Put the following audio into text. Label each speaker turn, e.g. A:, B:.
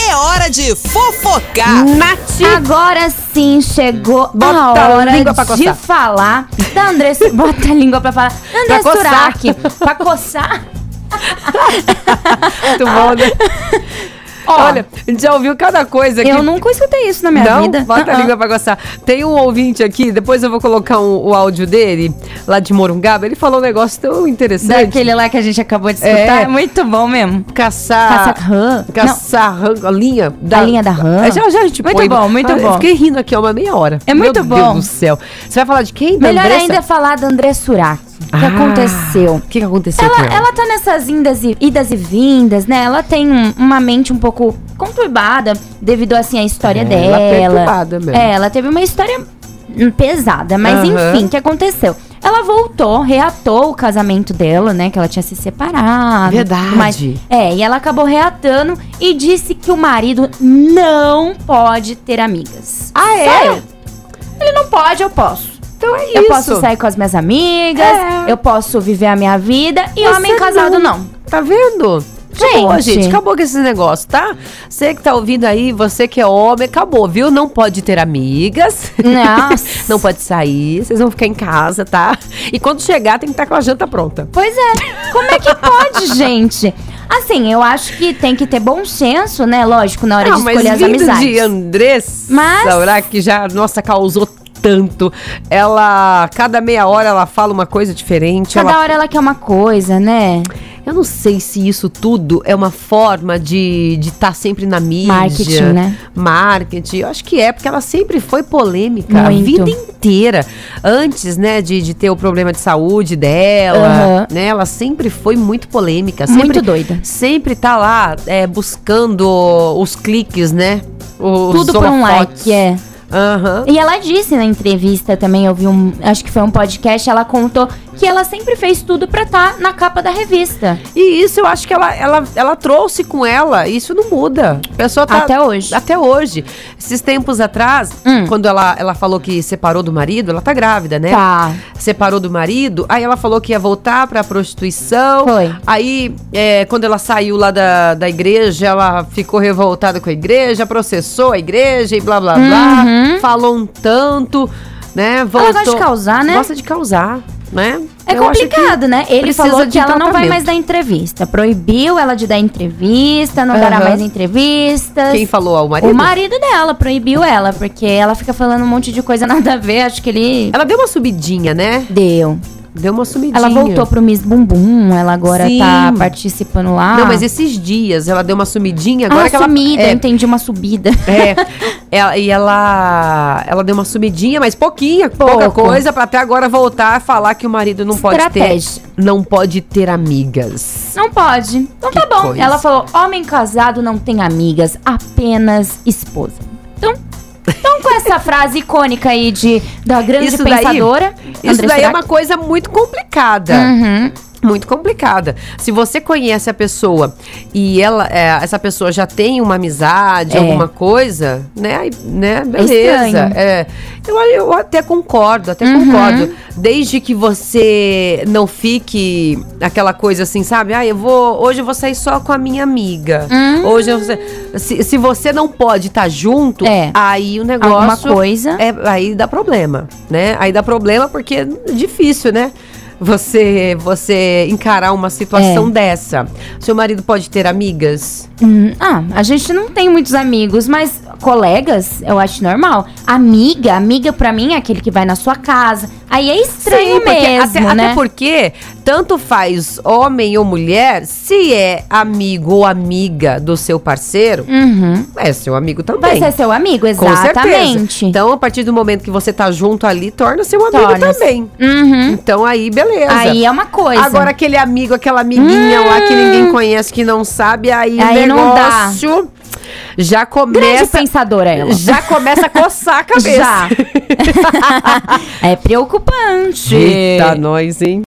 A: é hora de fofocar.
B: Nath!
C: Ah, Agora sim chegou
B: Bota
C: a
B: a
C: hora
B: língua pra
C: de
B: coçar.
C: falar da Andressa. Bota a língua pra falar. da Andressa
B: coçar.
C: Urach, pra coçar.
B: Muito bom, né? Olha, a gente já ouviu cada coisa aqui.
C: Ah. Eu nunca escutei isso na minha
B: não,
C: vida.
B: bota a
C: Ah, ah.
B: língua pra gostar. Tem um ouvinte aqui, depois eu vou colocar um- o áudio dele, lá de Morungaba. Ele falou um negócio tão interessante.
C: Daquele lá que a gente acabou de escutar.
B: É.
C: É, muito bom mesmo.
B: Caçar.
C: Caçar rã.
B: Caçar rã, a linha da,
C: A linha da rã.
B: É, Já, já a gente
C: Muito
B: põe.
C: bom, muito
B: Ah, Eu
C: bom.
B: fiquei rindo aqui, ó, uma meia hora.
C: É muito
B: Meu Deus
C: bom.
B: do céu. Você vai falar de quem? Da
C: Melhor
B: Andressa?
C: ainda é falar da Andressa Urach. O que
B: Ah,
C: aconteceu?
B: O que, que aconteceu com
C: Ela,
B: ela?
C: ela tá nessas indas e, idas e vindas, né? Ela tem um- uma mente um pouco conturbada devido, assim, à história
B: É,
C: dela.
B: ela é perturbada mesmo.
C: É, ela teve uma história hum, pesada, mas
B: Aham.
C: enfim, o que aconteceu? Ela voltou, reatou o casamento dela, né? Que ela tinha se separado. tudo
B: Verdade.
C: mais. é, e ela acabou reatando e disse que o marido não pode ter amigas.
B: Ah, é?
C: Sério? Ele não pode, eu posso.
B: Então é isso.
C: Eu posso sair com as minhas amigas,
B: É.
C: eu posso viver a minha vida e
B: Você
C: homem casado não.
B: Tá vendo? Acabou,
C: Gente.
B: gente. Acabou com esses negócios, tá? Você que tá ouvindo aí, você que é homem, acabou, viu? Não pode ter amigas.
C: Nossa.
B: Não pode sair. Vocês vão ficar em casa, tá? E quando chegar, tem que estar com a janta pronta.
C: Pois é, como é que pode, gente? Assim, eu acho que tem que ter bom senso, né? Lógico, na hora de
B: mas
C: escolher as
B: vindo
C: amizades.
B: de Andressa
C: Mas-
B: Urach, que já, nossa, causou tanto. Ela, cada meia hora, ela fala uma coisa diferente.
C: Cada
B: ela
C: hora ela quer uma coisa, né?
B: Eu não sei se isso tudo é uma forma de estar sempre na mídia.
C: Marketing, né?
B: Marketing. Eu acho que é, porque ela sempre foi polêmica a
C: Muito.
B: vida inteira. Antes, né, de, de ter o problema de saúde dela,
C: Aham.
B: né? Ela sempre foi muito polêmica. Sempre,
C: Muito doida.
B: Sempre tá lá é, buscando os cliques, né? Os
C: Tudo por um
B: holofotes.
C: like, é.
B: Aham.
C: E ela disse na entrevista também, eu vi um, acho que foi um podcast, ela contou que ela sempre fez tudo pra estar na capa da revista.
B: E isso eu acho que ela, ela, ela trouxe com ela, e isso não muda. A pessoa tá.
C: Até hoje.
B: Até hoje. Esses tempos atrás,
C: Hum.
B: quando ela, ela falou que separou do marido, ela tá grávida, né?
C: Tá.
B: Separou do marido, aí ela falou que ia voltar pra prostituição.
C: Foi.
B: Aí, é, quando ela saiu lá da, da igreja, ela ficou revoltada com a igreja, processou a igreja e blá blá blá.
C: Uhum.
B: Falou um tanto, né? Voltou.
C: Ela gosta de causar, né?
B: Gosta de causar, né?
C: É
B: Eu acho que-
C: complicado, né? Ele
B: precisa
C: falou
B: de
C: que ela não vai
B: tratamento.
C: mais dar entrevista. Proibiu ela de dar entrevista, não dará
B: Aham.
C: mais entrevistas.
B: Quem falou? ó, O marido?
C: O marido dela proibiu ela, porque ela fica falando um monte de coisa nada a ver. Acho que ele.
B: Ela deu uma subidinha, né?
C: Deu.
B: Deu uma subidinha.
C: Ela voltou pro Miss Bumbum, ela agora
B: Sim.
C: tá participando lá.
B: Não, mas esses dias ela deu uma sumidinha. Agora
C: Agora ah,
B: que ela.
C: sumida, eu
B: é,
C: entendi uma subida.
B: é, ela- e ela, ela deu uma sumidinha, mas pouquinha, pouca
C: Pouco.
B: coisa, pra até agora voltar a falar que o marido não pode ter,
C: Estratégia.
B: não pode ter amigas.
C: Não pode. Então tá
B: Que
C: bom.
B: coisa.
C: Ela falou: homem casado não tem amigas, apenas esposa. Então. Então, com essa frase icônica aí de, da grande
B: Isso daí-
C: pensadora.
B: Isso
C: Andressa
B: daí é
C: Urach.
B: uma coisa muito complicada.
C: Uhum.
B: Muito complicada. Se você conhece a pessoa e ela, é, essa pessoa já tem uma amizade,
C: É.
B: alguma coisa, né? aí, né beleza.
C: estranho. Uhum.
B: É. eu, eu até concordo, até concordo. Desde que você não fique aquela coisa assim, sabe? Ah, eu vou. Hoje eu vou sair só com a minha amiga.
C: Hum.
B: Hoje eu vou sair- se, se você não pode estar junto,
C: É.
B: aí o negócio.
C: Alguma coisa.
B: É, aí dá problema, né? Aí dá problema porque é difícil, né? Você você encarar uma
C: É.
B: situação dessa. Seu marido pode ter amigas?
C: Hum, ah, a gente não tem muitos amigos, mas colegas eu acho normal. Amiga, amiga pra mim é aquele que vai na sua casa. Aí é estranho
B: porque-
C: mesmo,
B: até,
C: né?
B: até porque tanto faz homem ou mulher, se é amigo ou amiga do seu parceiro,
C: Uhum.
B: é seu amigo também.
C: Vai ser seu amigo,
B: Com
C: exatamente.
B: certeza. Então, a partir do momento que você tá junto ali, torna seu amigo
C: Torna-se.
B: também.
C: Uhum.
B: Então aí, beleza.
C: Aí é uma coisa.
B: Agora aquele amigo, aquela amiguinha lá que ninguém conhece, que não sabe, aí,
C: Aí
B: o
C: não dá.
B: negócio já
C: grande
B: começa,
C: pensadora ela.
B: já começa a coçar a cabeça.
C: Já. é preocupante.
B: Eita, nós, hein?